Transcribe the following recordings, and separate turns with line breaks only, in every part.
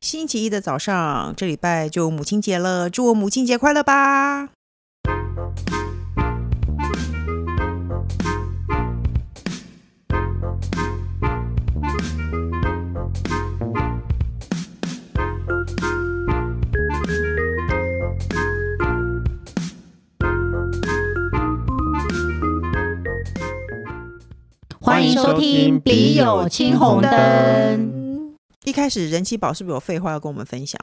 星期一的早上，这礼拜就母亲节了，祝我母亲节快乐吧！
欢迎收听《笔友青红灯》。
一开始人气宝是不是有废话要跟我们分享？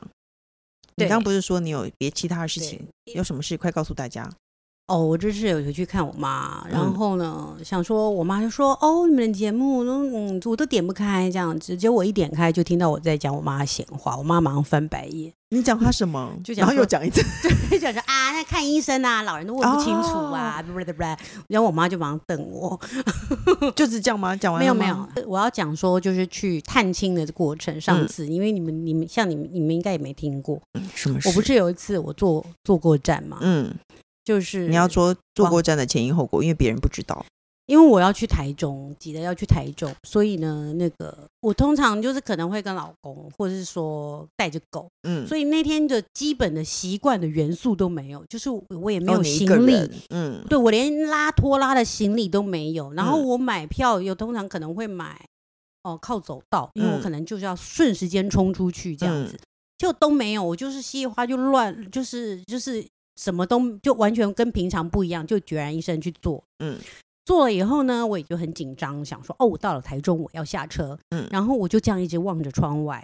你
对
刚不是说你有别其他的事情，
对
有什么事快告诉大家？
哦，我这次有回去看我妈，
嗯
然后呢，想说我妈就说：“哦，你们的节目，嗯，我都点不开这样子。”结果我一点开，就听到我在讲我妈的闲话，我妈马上翻白眼，
你讲他什么？
就
然
讲
后又
说
讲一 次，
就想说：“啊，那看医生啊，老人都问不清楚
哦
啊，不不不。”然后我妈就马上瞪我，
就是这样吗？讲完
没有
了
没有
吗，
我要讲说就是去探亲的过程。上
嗯
次、因为你们你们像你们你们应该也没听过，
什么事？
我不是有一次我坐坐过站嘛，
嗯，
就是
你要说坐
哇
过站的前因后果，因为别人不知道。
因为我要去台中，急着要去台中，所以呢，那个我通常就是可能会跟老公，或者是说带着狗，
嗯，
所以那天的基本的习惯的元素都没有，就是我我也没
哦
有
你一个
行李，
人嗯，
对我连拉拖拉的行李都没有，然后
嗯
我买票有通常可能会买哦、靠走道，因为我
嗯
可能就是要瞬时间冲出去这样子，
嗯
就都没有，我就是稀里哗啦就乱，就是就是什么都就完全跟平常不一样，就决然一身去做，
嗯
嗯。做了以后呢，我也就很紧张，想说哦，我到了台中，我要下车。
嗯
然后我就这样一直望着窗外，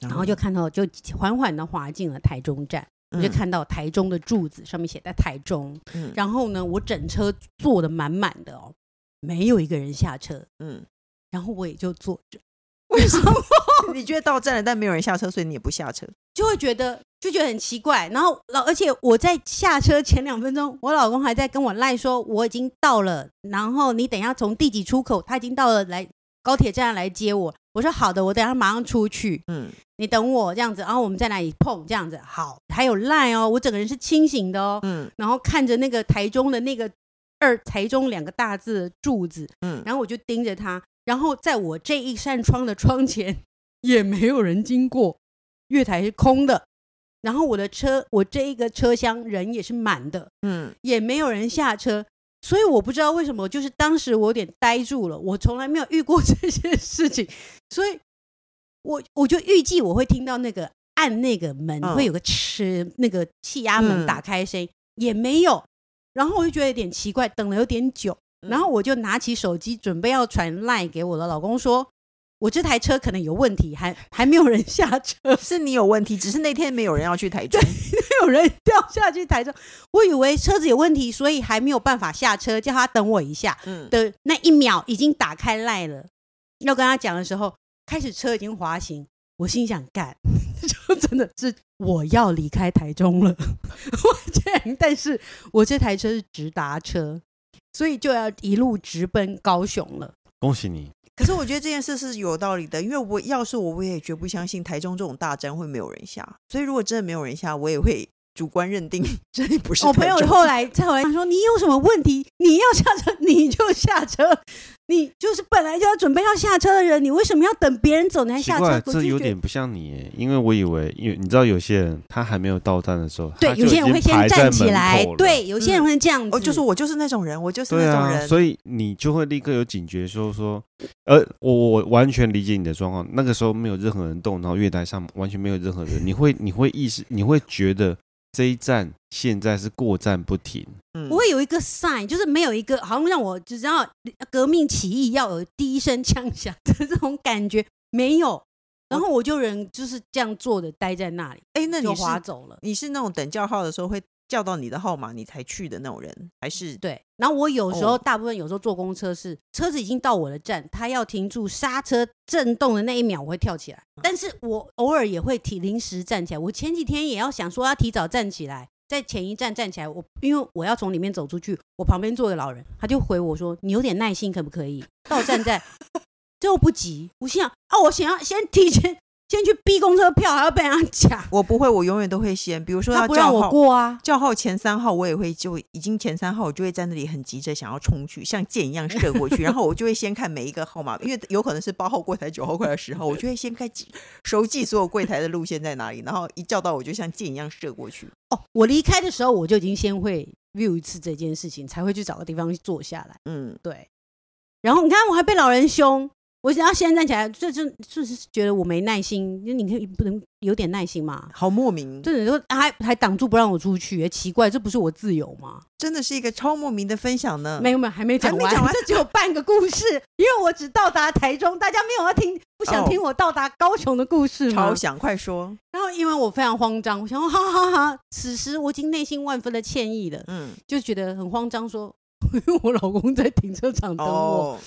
然
然后就看到就缓缓的滑进了台中站，我就
嗯，
看到台中的柱子上面写在台中，
嗯
然后呢，我整车坐的满满的哦，没有一个人下车，
嗯，
然后我也就坐着。为什么
你觉得到站了，但没有人下车，所以你也不下车。
就会觉得就觉得很奇怪？然后老而且我在下车前两分钟，我老公还在跟我赖说我已经到了，然后你等一下从第几出口，他已经到了来高铁站来接我。我说好的，我等一下马上出去，
嗯，
你等我这样子，然后我们在哪里碰这样子。好，还有赖哦，我整个人是清醒的哦，
嗯
然后看着那个台中的那个二台中两个大字的柱子，
嗯，
然后我就盯着他，然后在我这一扇窗的窗前也没有人经过，月台是空的，然后我的车，我这一个车厢人也是满的，
嗯
也没有人下车，所以我不知道为什么，就是当时我有点呆住了，我从来没有遇过 这些事情，所以我我就预计我会听到那个按那个门、
嗯
会有个吃那个气压门
嗯
打开的声音，也没有，然后我就觉得有点奇怪，等了有点久。
嗯
然后我就拿起手机准备要传赖给我的老公说，我这台车可能有问题，还还没有人下车，
是你有问题，只是那天没有人要去台中。
没有人掉下去台中，我以为车子有问题，所以还没有办法下车，叫他等我一下
嗯，
的那一秒已经打开赖了，要跟他讲的时候，开始车已经滑行。我心想，干， 就真的是我要离开台中了。 我这，但是我这台车是直达车，所以就要一路直奔高雄了。
恭喜你，
可是我觉得这件事是有道理的，因为我要是我，我也绝不相信台中这种大站会没有人下。所以如果真的没有人下，我也会主观认定这里不是
我
台
哦朋友
中
后来才回来说：“你有什么问题？你要下车你就下车， 你就是本来就要准备要下车的人，你为什么要等别人走你还
奇
下
怪
车？”，我
这
就
有
觉
点不像你耶，因为我以为，因为你知道有些人他还没有到站的时候，
对
他，就
有些人
已
会
经
先
排在
站起
门
来
口，了，
对，有些人会这样子。
哦，就说我就是那种人，我就是
对
那种
啊，
人。
所以你就会立刻有警觉说说，呃，我我完全理解你的状况，那个时候没有任何人动，然后月台上完全没有任何 人，你会你会意识，你会觉得这一站现在是过站不停，
嗯
我会有一个 sign，就是没有一个好像让我只知道革命起义要有第一声枪响的这种感觉没有。然后我就人就是这样坐着待在那里，
哎，那
就
你是
滑走了。
你是那种等叫号的时候会叫到你的号码你才去的那种人，还是
对，然后我有时候、
哦
大部分有时候坐公车是车子已经到我的站，它要停住刹车震动的那一秒，我会跳起来。但是我偶尔也会提临时站起来。我前几天也要想说要提早站起来，在前一站站起来。我因为我要从里面走出去，我旁边坐个老人，他就回我说：“你有点耐心可不可以？”到站在就不急。我心想：“哦，我想要先提前先去逼公车票，还要被人家 抢，
我不会，我永远都会先，比如说
他
要
不让
叫
我
号，
过啊。
叫号前三号，我也会就已经前三号，我就会在那里很急着想要冲去，像箭一样射过去，然后我就会先看每一个号码，因为有可能是八号柜台、九号柜台、十号，我就会先看记熟记所有柜台的路线在哪里，然后一叫到我就像箭一样射过去。
哦，我离开的时候我就已经先会 view 一次这件事情，才会去找个地方坐下来。
嗯，
对，然后你看我还被老人凶，我只要现在站起来，这就就是觉得我没耐心，就你可以不能有点耐心嘛？
好莫名，
这人说还还挡住不让我出去，奇怪，这不是我自由吗？
真的是一个超莫名的分享呢。
没有没有，还没讲
嗯还没
完，
讲完
这只有半个故事，因为我只到达台中，大家没有要听，不想
哦
听我到达高雄的故事吗
超？想快说，
然后因为我非常慌张，我想说哈哈哈哈，此时我已经内心万分的歉意了，
嗯，
就觉得很慌张，说因为我老公在停车场等我，
哦，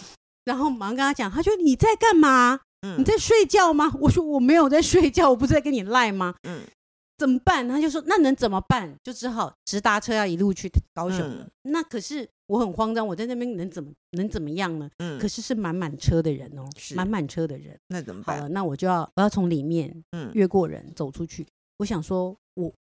然后马上跟他讲，他说你在干嘛？
嗯
你在睡觉吗？我说我没有在睡觉，我不是在跟你赖吗？
嗯
怎么办？他就说那能怎么办？就只好直达车要一路去高雄了。
嗯
那可是我很慌张，我在那边能怎么能怎么样呢？
嗯，
可是是满满车的人哦，
是
满满车的人。
那怎么
好啊
办？
了，那我就要我要从里面
嗯
越过人走出去。我想说我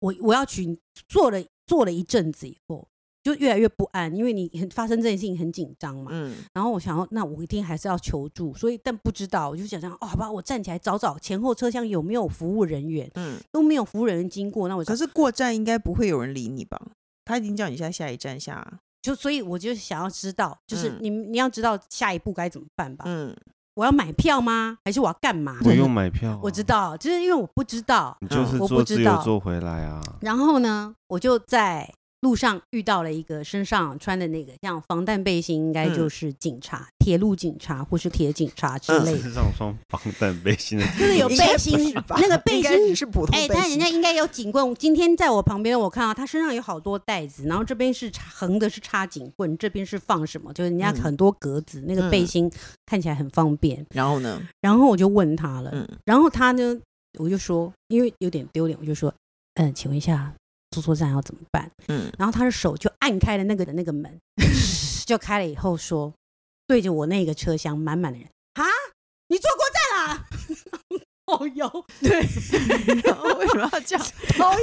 我我要去做了做了一阵子以后，就越来越不安，因为你很发生这件事情很紧张嘛。
嗯
然后我想要，那我一定还是要求助，所以但不知道，我就想想，哦，好吧，我站起来找找前后车厢有没有服务人员，
嗯，
都没有服务人员经过，那我
可
就是
过站应该不会有人理你吧？他已经叫你下下一站下啊，
就所以我就想要知道，就是
嗯
你、你要知道下一步该怎么办吧？
嗯，
我要买票吗？还是我要干嘛？
不用买
哦
票啊、
我知道，就是因为我不知道。
你就是
我
坐
不知
自由
道
坐回来啊。
然后呢，我就在路上遇到了一个身上穿的那个像防弹背心，应该
嗯
就是警察、铁路警察或是铁警察之类的。
身上双防弹背心的，
就是有
应该
背
不
心
是吧
那个 背
应该
心
只是普通
哎、
背
但人
心
家应该有警棍。今天在我旁边，我看到他身上有好多袋子，然后这边是插横的是插警棍，这边是放什么？就是人家
嗯
很多格子，那个背
嗯
心看起来很方便。
然后呢？
然后我就问他了，
嗯
然后他呢，我就说，因为有点丢脸，我就说，嗯，请问一下，坐错站要怎么办？
嗯
然后他的手就按开了那个的那个门， 就开了以后说，对着我那个车厢满满的人，啊，你坐过站啦、 哦哟，对，
然后为什么要这 样？
讨厌，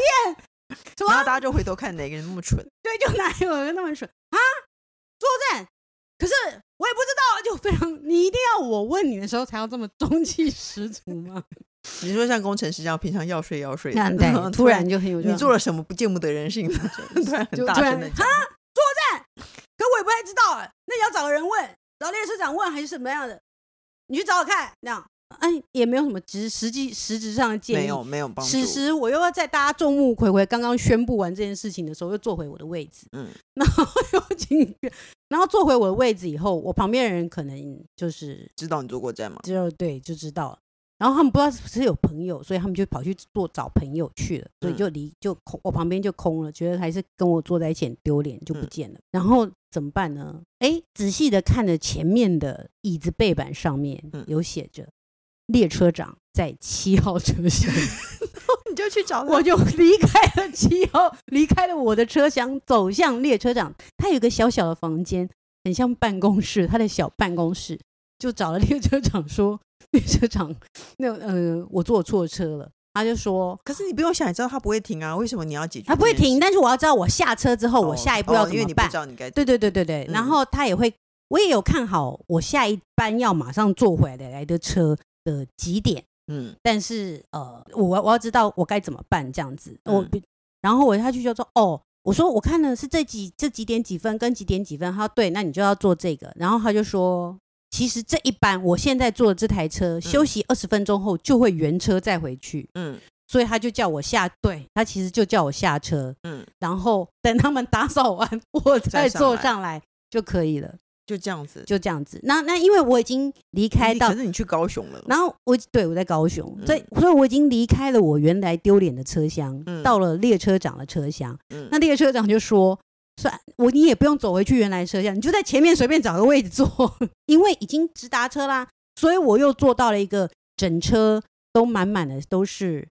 什
然
么
后大家就回头看哪个人那么蠢。
对，就哪有人那么蠢啊？作战，可是我也不知道，就非常，你一定要我问你的时候才要这么中气十足吗？
你说像工程师这样，平常要睡要睡的，，
那 对突然就很有这
你
种，
做了什么不见不得人的事情 呢？突然很
就
大
突
声
然
的
啊，作战，可我也不太知道啊，那你要找个人问，找列车长问还是什么样的？你去找我看，那样，哎，也没有什么实实际实质上的建
没
议
有。没有帮助。
此时，我又要在大家众目睽睽刚刚宣布完这件事情的时候，又坐回我的位置。
嗯
然后又进，然后坐回我的位置以后，我旁边的人可能就是
知道你做过站吗？
只有对就知道了。然后他们不知道是不是有朋友，所以他们就跑去做找朋友去了，所以
嗯
就离就空，我旁边就空了，觉得还是跟我坐在一起很丢脸，就不
嗯
见了。然后怎么办呢？哎，仔细的看着前面的椅子背板上面
嗯
有写着“列车长在七号车厢”，
你就去找
我就离开了七号，离开了我的车厢，走向列车长。他有一个小小的房间，很像办公室，他的小办公室，就找了列车长说：“ 列车长，那呃，我坐错车了。”他就说
可是你不用想，你知道他不会停啊，为什么你要解决？
他不会停，，但是我要知道我下车之后，我下一步要
哦
怎
因为你
么
不
办
知。道你该
对对对对对，
嗯
然后他也会，我也有看好我下一班要马上坐回来的车的几点。
嗯
但是呃，我我要知道我该怎么办这样子。我
嗯
不，然后我下去就说哦，我说我看了是这几这几点几分跟几点几分，他说对，那你就要做这个。然后他就说，其实这一班我现在坐的这台车休息二十分钟后就会原车再回去，
嗯
所以他就叫我下，对他其实就叫我下车，
嗯，
然后等他们打扫完 我再
再上
坐
来
上来就可以了，
就这样子。
就这样子。那那因为我已经离开到
可是你去高雄了，
然后我对我在高雄，
嗯
所以所以我已经离开了我原来丢脸的车厢，
嗯
到了列车长的车厢。
嗯
那列车长就说：“算我你也不用走回去原来车厢，你就在前面随便找个位置坐， 因为已经直达车啦。”所以我又坐到了一个整车都满满的都是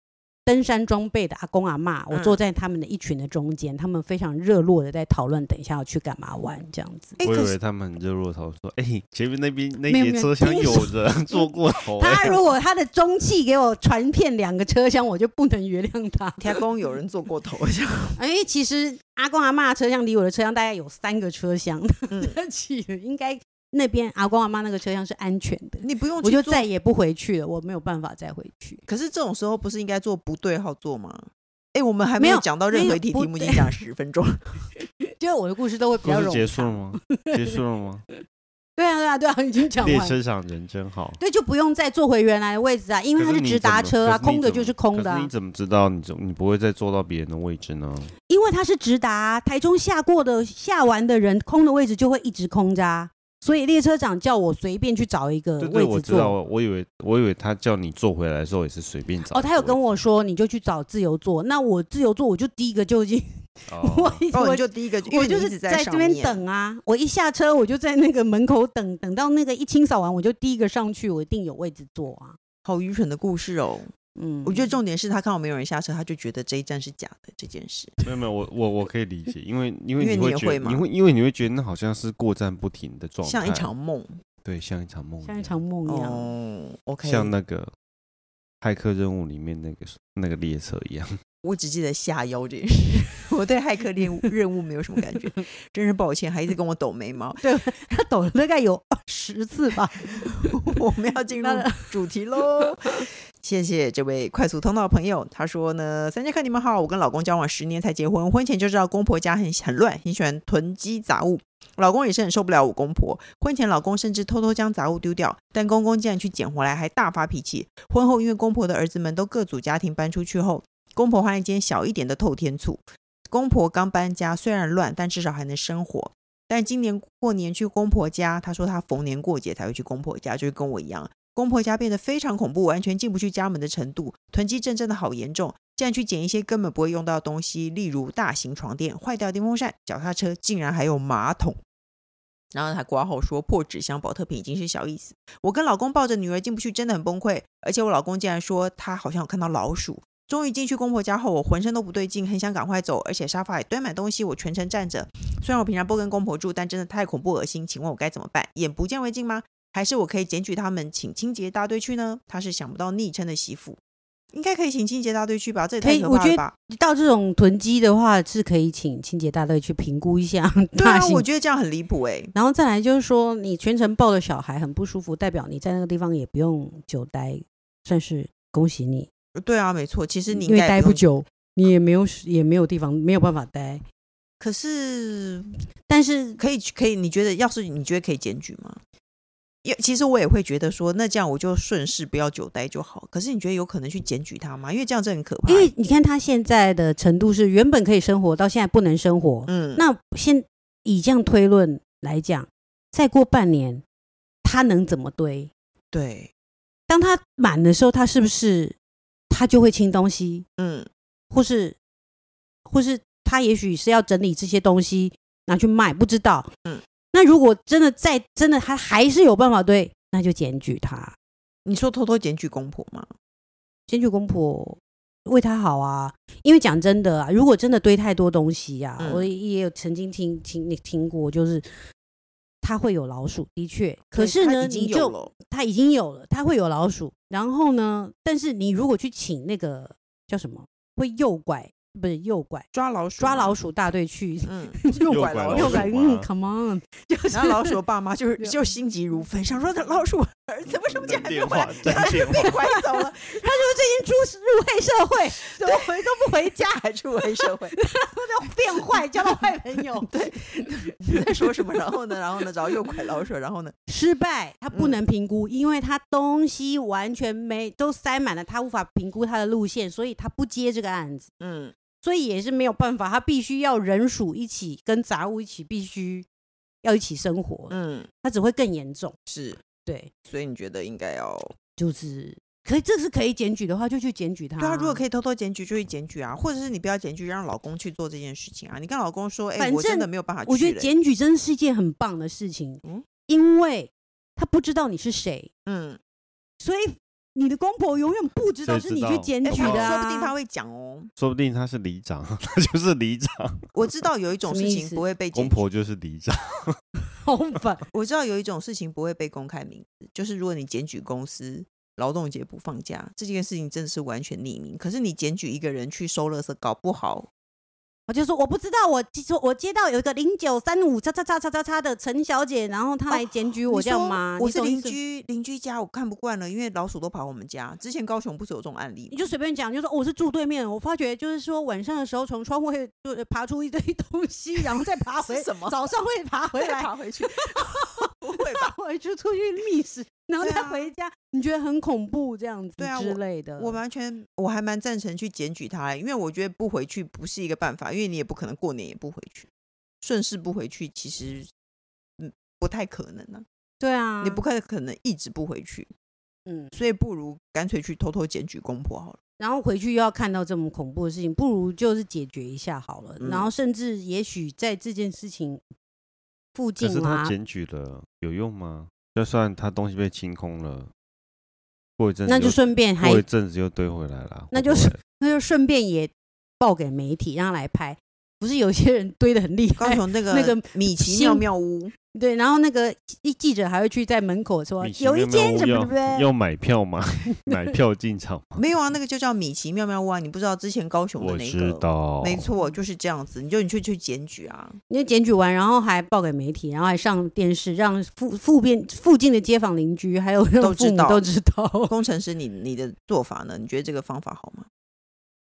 登山装备的阿公阿嬷，我
嗯
坐在他们的一群的中间，他们非常热络的在讨论等一下要去干嘛玩这样子。
哎，
我以
可
为
是
他们很热络地讨论说，哎、前面那边那
没有
节
没有
车厢
听
有人 坐过头、哎
他如果他的中气给我传遍两个车厢，我就不能原谅他。
天公有人坐过头， 这样
哎，其实阿公阿妈车厢离我的车厢大概有三个车厢，
嗯
但 其实应该那边阿公阿妈那个车厢是安全的，
你不用
我
去
就
坐
再也不回去了，我没有办法再回去。
可是这种时候不是应该做不对号做吗？哎，我们还没
没
有
有
讲到
没
任何
有
一题
不
题目，已经
对
讲十分 钟了。
就我的故事都会比
故
较
事
冗
结束了
长。
吗？ 结束了 吗？
对啊，对啊，对啊，已经讲
列
完。
车上人真好。
对，就不用再坐回原来的位置啊，因为
可
它
是
是
你
直
怎
达
么
车啊，
可是你
空的
怎
就是
么
空的、
可是
啊
你，怎么知道你怎你不会再坐到别人的位置呢？
因为它是直达啊、台中下过的下完的人，空的位置就会一直空着啊。所以列车长叫我随便去找一个
对对，
呃位
我
置
知道，
坐。
我我以为我以为他叫你坐回来的时候也是随便找。
哦，他有跟我，说，你就去找自由座。那我自由座，我就第一个就进，我
哦、
一
哦，
我
你就第一个，因
我
为你
就
一
是
直
在
上
这边
面。
等啊，我一下车我就在那个门口等，等到那个一清扫完，我就第一个上去，我一定有位置坐啊。
好愚蠢的故事哦！
嗯，
我觉得重点是他看到没有人下车，他就觉得这一站是假的这件事。
没有没有，我我我可以理解，因为因为
因为
你
你
会
也
觉
会
得
嘛
你会因为你会觉得那好像是过站不停的状态，
像一场梦
对，像一场梦样，
像一场梦一样。
嗯哦。OK，
像那个骇客任务里面那个那个列车一样。
我只记得下腰这件事， 我对骇客任务任务没有什么感 觉，真是抱歉，还一直跟我抖眉毛。
他抖了大概有二十次吧。
我们要进入
当然
主题喽。谢谢这位快速通道朋友，他说呢，三节课你们好，我跟老公交往十年才结婚，婚前就知道公婆家很很乱，很喜欢囤积杂物，老公也是很受不了我公婆。婚前老公甚至偷偷将杂物丢掉，但公公竟然去捡回来，还大发脾气。婚后因为公婆的儿子们都各组家庭搬出去后，公婆换一间小一点的透天厝。公婆刚搬家，虽然乱，但至少还能生活。但今年过年去公婆家，她说她逢年过节才会去公婆家，就是跟我一样。公婆家变得非常恐怖，完全进不去家门的程度，囤积症真的好严重。竟然去捡一些根本不会用到的东西，例如大型床垫、坏掉的电风扇、脚踏车，竟然还有马桶。然后他挂号说破纸箱保特瓶已经是小意思。我跟老公抱着女儿进不去，真的很崩溃。而且我老公竟然说他好像有看到老鼠。终于进去公婆家后，我浑身都不对劲，很想赶快走，而且沙发也堆满东西，我全程站着。虽然我平常不跟公婆住，但真的太恐怖恶心，请问我该怎么办？眼不见为净吗？还是我可以检举他们，请清洁大队去呢？他是想不到昵称的媳妇，应该可以请清洁大队去吧？这也
可
太
以
可
我
怕
觉
了
得
吧？
到这种囤积的话，是可以请清洁大队去评估一下
对
大
啊，
型。
我觉得这样很离谱哎、
然后再来就是说，你全程抱着小孩很不舒服，代表你在那个地方也不用久待，算是恭喜你，
对啊，没错，其实你
因
应
为
该也
待
不
不
用。
久，你也没有也没有地方，没有办法待。
可是
但是
可以可以，你觉得要是你觉得可以检举吗？也其实我也会觉得说，那这样我就顺势不要久待就好。可是你觉得有可能去检举他吗？因为这样真的很可怕
因
欸。
为你看他现在的程度是原本可以生活，到现在不能生活，
嗯，
那先以这样推论来讲，再过半年，他能怎么堆？
对，
当他满的时候，他是不是他就会清东西，
嗯，
或是或是他也许是要整理这些东西拿去卖，不知道。
嗯，
那如果真的再真的他还是有办法堆，那就检举他，
你说偷偷检举公婆吗？
检举公婆。为他好啊，因为讲真的啊，如果真的堆太多东西呀、
嗯
我也有曾经听听你听过，就是他会有老鼠，的确，可
对
是
他
呢，
已经
你
有
就
了
它已经有了，它会有老鼠。然后呢，但是你如果去请那个叫什么，会诱拐，不是诱拐，
抓老鼠，
抓老，鼠大队去
嗯，
诱
诱
拐，
拐
老
诱
鼠
拐，
吗
嗯，come on，就是
然后老 鼠的爸妈就是
对啊
就心急如焚，想说这老鼠儿子为什么竟然还没
电
有回
话
来？，
等 电
被
话，
拐走了，
最近出入黑社会，怎么回都不回家，
还出黑社会。
都要变 坏，交到坏朋友， 对，
你在说什么？然后呢？ 然后呢？然后又拐老鼠，然后呢？
失败，他不
嗯
能评估，因为他东西完全没都塞满了，他无法评估他的路线，所以他不接这个案子。
嗯，
所以也是没有办法，他必须要人鼠一起跟杂物一起，必须要一起生活，
嗯，
他只会更严重。
是，
对，
所以你觉得应该要
就是可以，这是可以检举的话，就去检举他。
对啊，如果可
以，
以偷偷检举就去检举啊，或者是你不要检举，让老公去做这件事情啊。你跟老公说，哎、
反
我真
正
的没有办法去了。
我觉得检举真是一件很棒的事情，
嗯
因为他不知道你是谁，
嗯，
所以你的公婆永远不知道
谁
是你
知
去
道
检
哎
举
我
的、啊
说不定他会讲哦。
说不定他是里长，他就是里长，
我知道有一种
什么
事
意
情
思
不会被
公
检举，
婆就是里长。
好烦。
我知道有一种事情不会被公开名字，就是如果你检举公司劳动节不放假这件事情，真的是完全匿名。可是你检举一个人去收垃圾，搞不好
我就说我不知道，我接说我接到有一个零九三五叉叉叉叉叉叉的陈小姐，然后她来检举
哦
我，
你
这样
说
吗？
我
你
是
懂意
邻
思，
居，邻居家我看不惯了，因为老鼠都跑我们家。之前高雄不是有这种案例吗？
你就随便讲，就说、哦我是住对面，我发觉就是说晚上的时候从窗户会就爬出一堆 东西，然后再爬回
是什么
早上会爬回
再
来，
爬回去， 不会吧？
爬回去出去觅食，然后
对
再
啊
回家，你觉得很恐怖这样子
对啊
之类的。
我完全，我还蛮赞成去检举他，因为我觉得不回去不是一个办法，因为你也不可能过年也不回去，顺势不回去，其实嗯不太可能啊，
对啊，
你不太可能一直不回去，
嗯，
所以不如干脆去偷偷检举公婆好了。
然后回去又要看到这么恐怖的事情，不如就是解决一下好了。
嗯
然后甚至也许在这件事情附
可
近
是他
啊，
检举了有用吗？就算他东西被清空了，过一阵子
那就
又
顺便还
过一阵子又堆回来了，
那
会不
就是
会
那就顺便也报给媒体，让他来拍。不是有些人堆的很厉
高
害，
雄那个
哎那个
米奇
新
妙妙屋，
对，然后那个记记者还会去在门口说
米奇
有一
妙妙
间
屋
什么
要
对不对？
要买票 吗？买票进场吗？
没有
嗯
啊，那个就叫米奇妙妙屋啊，你不知道之前高雄的
我
那
知
个。
哦
道，
没错，就是这样子，你就你去去检举啊，
你就检举完，然后还报给媒体，然后还上电视，让附附边附近的街坊邻居还有
都
父
知
母
道
都知道。
工程师你，你的做法呢？你觉得这个方法好吗？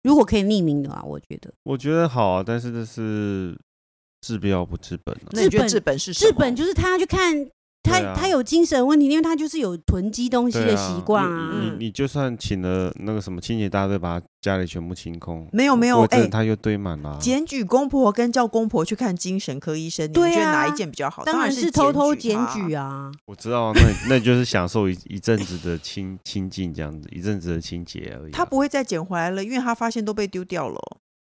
如果可以匿名的话，我觉得
我觉得好啊，但是这是治标不治本啊。
那你觉得
治
治本是什
治
么
本就是他要去看他、
对啊
他有精神问题，因为他就是有囤积东西
对
的
啊
习惯
你
啊
嗯。
你你就算请了那个什么清洁大队，把他家里全部清空，
没有没有
过一阵
哎
子他又堆满了啊。
检举公婆跟叫公婆去看精神科医生，你
对
们觉得哪
啊
一件比较好？
当
然
是
是
偷偷
检
检举
啊。
啊，
我知道啊，那你那你就是享受一一阵子的清清净这样子，一阵子的清洁而已啊。
他不会再捡回来了，因为他发现都被丢掉了。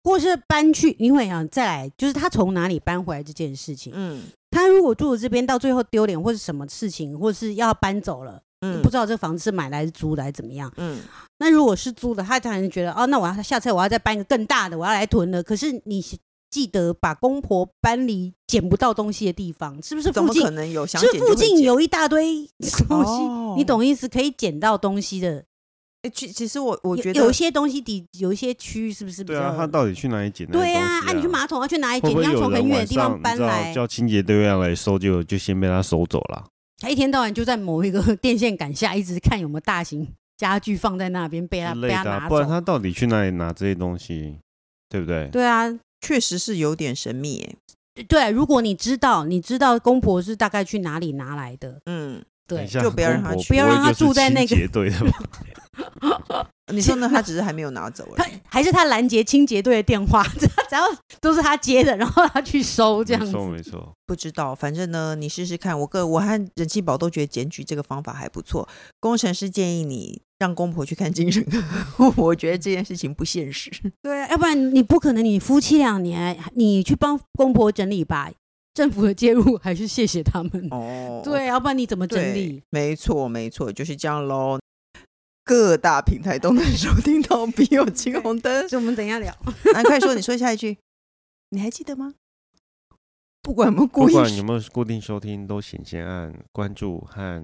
或是搬去，因为啊，再来就是他从哪里搬回来这件事情，
嗯
他如果住的这边到最后丢脸或是什么事情，或是要搬走了，
嗯，
不知道这房子是买来是租的还是怎么样。
嗯，
那如果是租的，他当然觉得哦，那我要下次我要再搬一个更大的，我要来囤了。可是你记得把公婆搬离捡不到东西的地方，是不是
怎
附
么
近
可能有想
这
捡就
附
会
近
捡？
有一大堆东西，
哦
你懂意思？可以捡到东西的，
诶其其实我我
有
觉
有
得
一些东西底有一些区是不是比
对
较？
啊，他到底去哪里捡那些
对
东西
啊，你去马桶要去哪里
会
捡？
不会
你要
有
从很
人
远的
晚
地
上
方搬
你知道
来，
叫清洁队要来收，就就先被他收走了。
他一天到晚就在某一个 电线杆下一直看有没有大型家具放在那边被他
之
被
类
他
的啊、
拿
不然
走。
他到底去哪里拿这些东西，对不对？
对啊，
确实是有点神秘耶。
对，啊如果你知道，你知道公婆是大概去哪里拿来的，
嗯，
等
对
一，下
就不要让他
公婆
去
不要
会
让他
就是
住在那个
清洁队的 吧？
你说呢？他只是还没有拿走而
他
已。
还是他拦截清洁队的电话，只要只要都是他接的，然后他去收这样
没
子。
错没错，
不知道，反正呢，你试试看。我个我和人气宝都觉得检举这个方法还不错。工程师建议你让公婆去看精神科， 我觉得这件事情不现实。
对啊，要不然你不可能，你夫妻两年，你去帮公婆整理吧。政府的介入还是谢谢他 们。
哦，
对，啊要不然你怎么
对，
整理？
没错，没错，就是这样喽。各大平台都能 收听到《笔友青红灯》。
所以我们等一下聊。
那啊快 说，你说下一句，你还记得吗？不管我们
不
故意
管有没有固定收听，都请先按关注和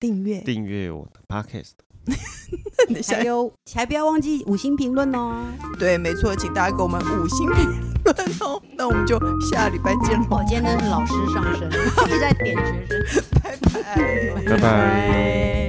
订阅，
订阅我的 podcast。
你想
还有，还不要忘记五星评论哦。
对，没错，请大家给我们五星评论哦。那我们就下礼拜见喽
我，今天真是老师上身，一直在点学生。
拜拜。
拜拜。